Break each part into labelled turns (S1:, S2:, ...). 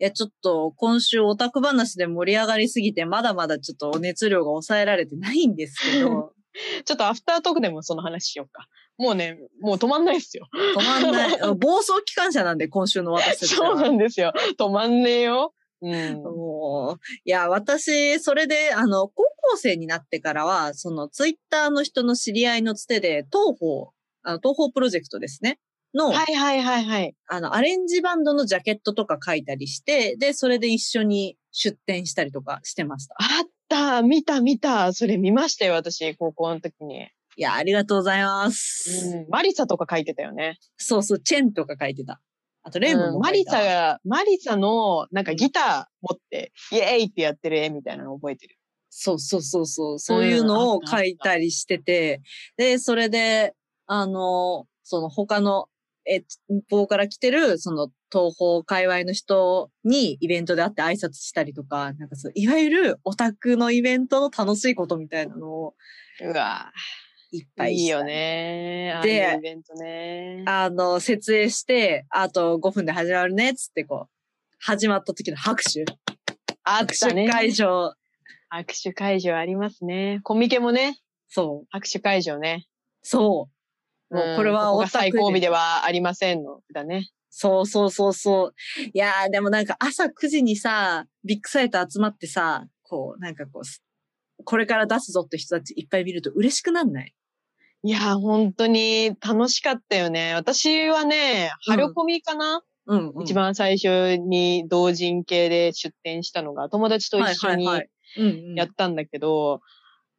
S1: いや、ちょっと今週オタク話で盛り上がりすぎて、まだまだちょっと熱量が抑えられてないんですけど、
S2: ちょっとアフタートークでもその話しようか。もうね、もう止まんないで すよ。
S1: 止まんない。暴走機関車なんで、今週の私たち
S2: そうな
S1: は。
S2: んですよ。止まんねえよ。うん。
S1: もう、いや、私、それで、あの、高校生になってからは、その、ツイッターの人の知り合いのつてで、東方、あの、東方プロジェクトですね。の、
S2: はいはいはいはい。
S1: あの、アレンジバンドのジャケットとか書いたりして、で、それで一緒に出展したりとかしてました。
S2: あった、見た見た。それ見ましたよ、私、高校の時に。
S1: いや、ありがとうございます。
S2: うん。マリサとか書いてたよね。
S1: そうそう、チェンとか書いてた。あと、レイム
S2: うん
S1: も
S2: マ
S1: 書
S2: リ
S1: いたわ、
S2: サが、マリサの、なんかギター持って、イエーイってやってる絵みたいなの覚えてる。
S1: そうそうそうそう、そういうのを書いたりしてて、で、それで、あの、その他の、え、向こうから来てる、その、東方界隈の人にイベントで会って挨拶したりとか、なんかそう、いわゆるオタクのイベントの楽しいことみたいなのを
S2: うわ
S1: いっぱ
S2: ぁ、
S1: い
S2: い
S1: した
S2: いよね。
S1: で
S2: あのイベントね。
S1: あの、設営して、あと5分で始まるね、つってこう、始まった時の拍手。
S2: あっ
S1: 拍
S2: た
S1: 手
S2: ね。
S1: 会場。
S2: 握手会場ありますね。コミケもね、
S1: そう。
S2: 握手会場ね。
S1: そう。もうこれは
S2: んここ
S1: オ
S2: が
S1: タクイ
S2: 最
S1: ベン
S2: 後
S1: ト
S2: 尾ではありませんの。だね。
S1: そうそうそうそう。いやー、でもなんか朝9時にさ、ビッグサイト集まってさ、こう、なんかこうす、これから出すぞって人たちいっぱい見ると嬉しくなんない
S2: いやー、本当に楽しかったよね。私はね、
S1: うん
S2: 春コミかな、
S1: うん、うん。
S2: 一番最初に同人系で出展したのが、友達と一緒に
S1: はいはいはいうんうん、
S2: やったんだけど、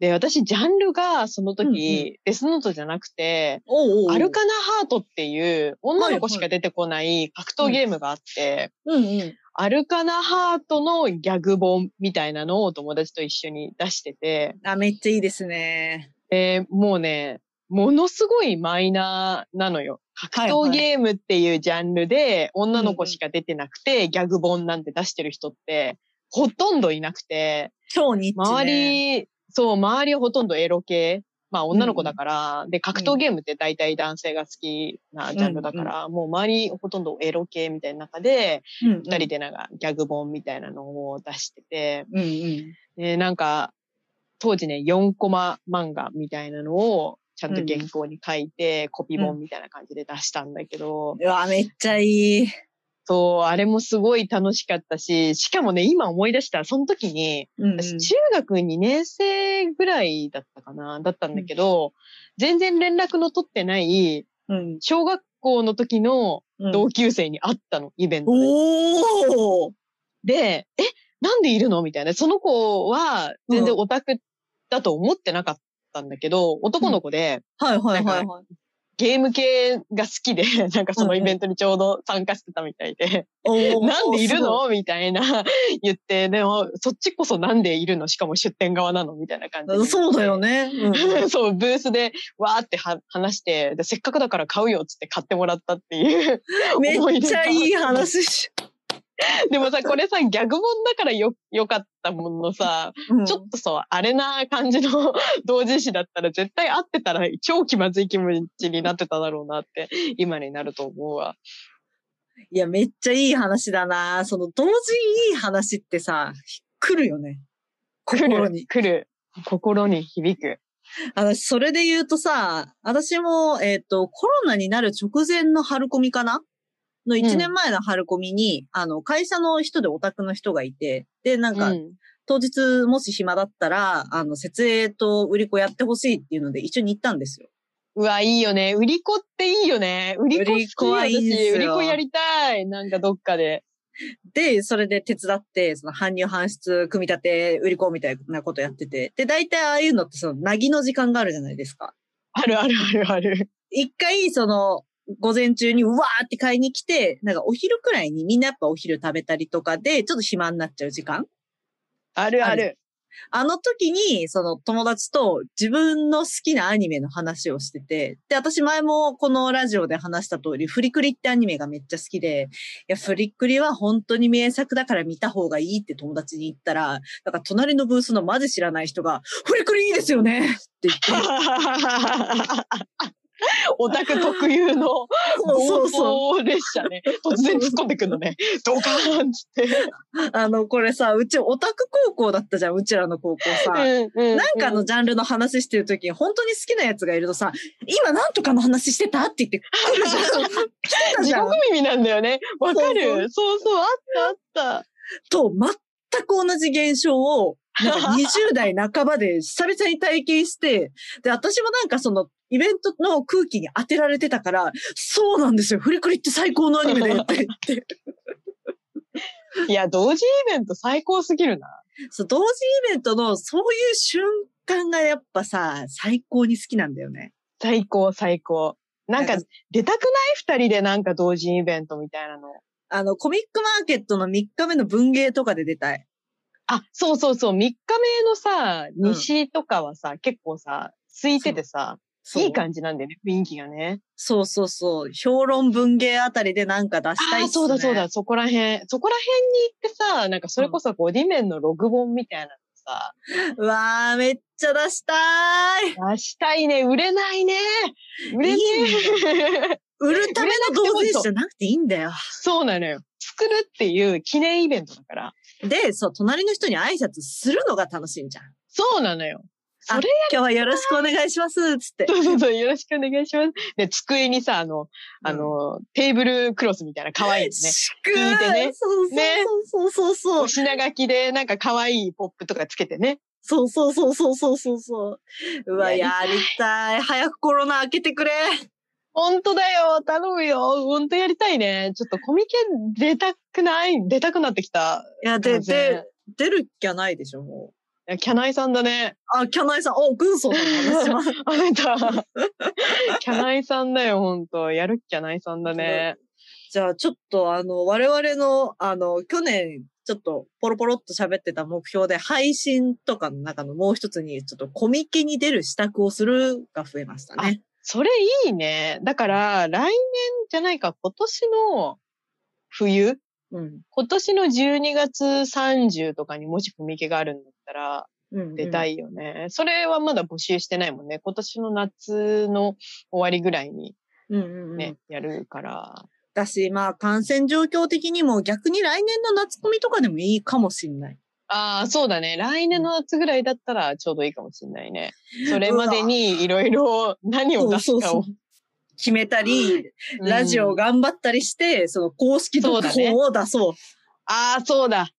S2: で、私、ジャンルがその時、
S1: うんうん
S2: デスノートじゃなくて、
S1: おうおうおう
S2: アルカナハートっていう女の子しか出てこない格闘ゲームがあって、
S1: うんうん。
S2: アルカナハートのギャグ本みたいなのを友達と一緒に出してて、
S1: あ、めっちゃいいですね。
S2: で、もうね、ものすごいマイナーなのよ。格闘ゲームっていうジャンルで女の子しか出てなくて、ギャグ本なんて出してる人ってほとんどいなくて、
S1: 超日中、
S2: 周
S1: ね。
S2: り、そう、周りはほとんどエロ系。まあ女の子だから、で、格闘ゲームって大体男性が好きなジャンルだから、もう周りほとんどエロ系みたいな中で、
S1: 周り、うんうん、
S2: 二人でなんかギャグ本みたいなのを出してて、
S1: うんうん。
S2: で、なんか、当時ね、4コマ漫画みたいなのを、ちゃんと原稿に書いて、コピー本みたいな感じで出したんだけど、
S1: うわ、めっちゃいい。
S2: そう、あれもすごい楽しかったし、しかもね、今思い出した、その時に、
S1: うんうん、
S2: 私中学2年生ぐらいだったかな、だったんだけど、全然連絡の取ってない、
S1: うん
S2: 小学校の時の
S1: うん
S2: 同級生に会ったの、イベントで。
S1: おー
S2: で、え、なんでいるのみたいな。その子は全然
S1: う
S2: オタクだと思ってなかったんだけど、男の子で
S1: はいはいは
S2: ないん
S1: はい。
S2: ゲーム系が好きで、 なんかそのイベントにちょうど参加してたみたいで、
S1: おー
S2: なんでいる
S1: すご
S2: のみたいな 言って、でもそっちこそなんでいるのしかも出店側なのみたいな感じで。
S1: そうだよね。うん
S2: そう、ブースでわーっては話してで、せっかくだから買うよっつって買ってもらったっていう。
S1: め
S2: 思
S1: っ
S2: い出
S1: ち
S2: が
S1: ゃいい話し。
S2: でもさ、これさ、ギャグ本だからよ、よかったもののさ、ちょっとそう、あれな感じの 同人誌だったら絶対会ってたら超気まずい気持ちになってただろうなって今になると思うわ。
S1: いや、めっちゃいい話だな。その、同時にいい話ってさ、来るよね。心に。
S2: 来る。心に響く。
S1: 私、それで言うとさ、私も、えっ、と、コロナになる直前の春コミかなの1年前の春コミに、あの、会社の人でオタクの人がいて、で、なんか、
S2: うん
S1: 当日もし暇だったら、あの、設営と売り子やってほしいっていうので一緒に行ったんですよ。
S2: うわ、いいよね。売り子っていいよね。売り子好き
S1: 売り子はいいん
S2: 私
S1: すよ
S2: 売り子やりたい。なんかどっかで。
S1: で、それで手伝って、その搬入搬出、組み立て、売り子みたいなことやってて。で、大体ああいうのってその、なぎの時間があるじゃないですか。
S2: あるあるあるある。
S1: 一回、その、午前中にうわーって買いに来て、なんかお昼くらいにみんなやっぱお昼食べたりとかで、ちょっと暇になっちゃう時間
S2: あるあ
S1: あ
S2: る。
S1: あの時に、その友達と自分の好きなアニメの話をしてて、で、私前もこのラジオで話した通り、フリクリってアニメがめっちゃ好きで、いや、フリクリは本当に名作だから見た方がいいって友達に言ったら、なんか隣のブースの マジ知らない人が、フリクリいいですよねって言って、
S2: オタク特有の
S1: そうそう。
S2: 暴走列車ね。突然突っ込んでくるのね。ドカーンっつって。
S1: あの、これさ、うちオタク高校だったじゃん、うちらの高校さ。な
S2: な
S1: んかのジャンルの話してるときに、本当に好きなやつがいるとさ、今なんとかの話してたって言って来るじゃん。来てた
S2: 地
S1: じゃん
S2: 獄。耳なんだよね。わか
S1: そう
S2: る。そうそう、あったあっ
S1: と、全く同じ現象を、なんか20代半ばで久々に体験して、で、私もなんかその、イベントの空気に当てられてたから、そうなんですよ、フリクリって最高のアニメだよって言って。
S2: た。いや、同時イベント最高すぎるな。
S1: そう、同時イベントのそういう瞬間がやっぱさ、最高に好きなんだよね。
S2: 最高、最高。なんか
S1: なん、
S2: 出たくない二人でなんか同時イベントみたいなの。
S1: あの、コミックマーケットの3日目の文芸とかで出たい。
S2: あ、そうそうそう。3日目のさ、
S1: うん
S2: 西とかはさ、結構さ、空いててさ、
S1: そう
S2: いい感じなんだよね、雰囲気がね。
S1: そうそうそう。評論文芸あたりでなんか出したいっす、ね。
S2: ああ、そうだそうだ、そこら辺。そこら辺に行ってさ、なんかそれこそゴディメンのログ本みたいなのさ、
S1: うわー、めっちゃ出したーい。
S2: 出したいね、売れないね。売れねえ。
S1: 売るための同人誌じゃなくていいんだよ。
S2: そうなのよ。作るっていう記念イベントだから。
S1: で、そう、隣の人に挨拶するのが楽しいんじゃん。
S2: そうなのよ。そ
S1: あ
S2: れ、
S1: 今日はよろしくお願いします、つって。
S2: そうそうそう、よろしくお願いします。で、机にさ、あの、あの、テーブルクロスみたいな可愛いのね。
S1: 祝
S2: 聞いてね
S1: そうそうそうそうそう
S2: お。品書きで、なんか可愛いポップとかつけてね。
S1: そうそうそうそうそうそうそう。うわ、や
S2: や
S1: りたい。早くコロナ開けてくれ。
S2: ほんとだよ頼むよほんとやりたいね。ちょっとコミケ出たくない出たくなってきた。
S1: いや、で、
S2: 全然
S1: で、出るっきゃないでしょ、も
S2: いやキャナイさんだね。
S1: う。あ、キャナイさん、お、軍曹さんの話も
S2: あなた。 キャナイさんだよ、ほんと。やるキャナイさんだね。
S1: じゃあ、ちょっと、あの、我々の、あの、去年、ちょっと、ポロポロっと喋ってた目標で、配信とかの中のもう一つに、ちょっとコミケに出る支度をするが増えましたね。
S2: それいいね。だから、来年じゃないか、今年の冬
S1: うん。
S2: 今年の12月30とかにもしコミケがあるんだったら
S1: うん。
S2: 出た
S1: い。
S2: いよね。それはまだ募集してないもんね。今年の夏の終わりぐらいに
S1: うんうんうん。
S2: ね、やるから。
S1: だし、まあ、感染状況的にも、逆に来年の夏コミとかでもいいかもしんない。
S2: ああ、そうだね。来年の夏ぐらいだったらちょうどいいかもしれないね。それまでにいろいろ何を出すか
S1: そう
S2: を
S1: そう。そう決めたり、
S2: うん
S1: ラジオを。頑張ったりして、その公式
S2: そ
S1: 読
S2: うだね
S1: 本を出 そう。
S2: ああ、そうだ。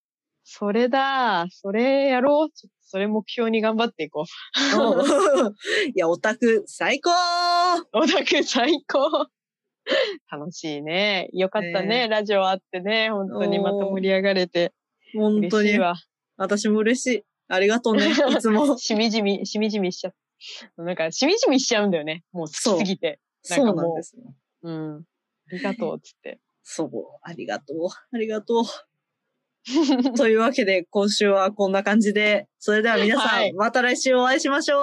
S2: それだ。それやろう。ちょっとそれ目標に頑張っていこう。
S1: うんいや、オタク最高
S2: オタク最高。楽しいね。よかった
S1: ね
S2: ね。ラジオあってね。本当にまた盛り上がれて。
S1: 本当
S2: 嬉しい
S1: に。
S2: わ。
S1: 私も嬉しい。ありがとう ね、いつも。
S2: しみじみ、しみじみしちゃう。なんか、しみじみしちゃうんだよね。もう好きすぎて。なん
S1: そ
S2: か
S1: う
S2: も
S1: な
S2: うん
S1: ですよ。
S2: うん。ありがとう、つって。
S1: そう、ありがとう、ありがとう。というわけで、今週はこんな感じで、それでは皆さん、
S2: はい
S1: また来週お会いしましょう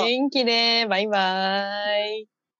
S2: お元気で、バイバーイ。